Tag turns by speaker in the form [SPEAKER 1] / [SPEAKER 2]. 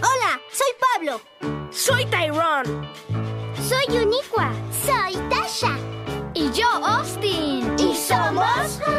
[SPEAKER 1] Hola, soy Pablo.
[SPEAKER 2] Soy Tyrone.
[SPEAKER 3] Soy Uniqua.
[SPEAKER 4] Soy Tasha.
[SPEAKER 5] Y yo, Austin.
[SPEAKER 6] Y somos...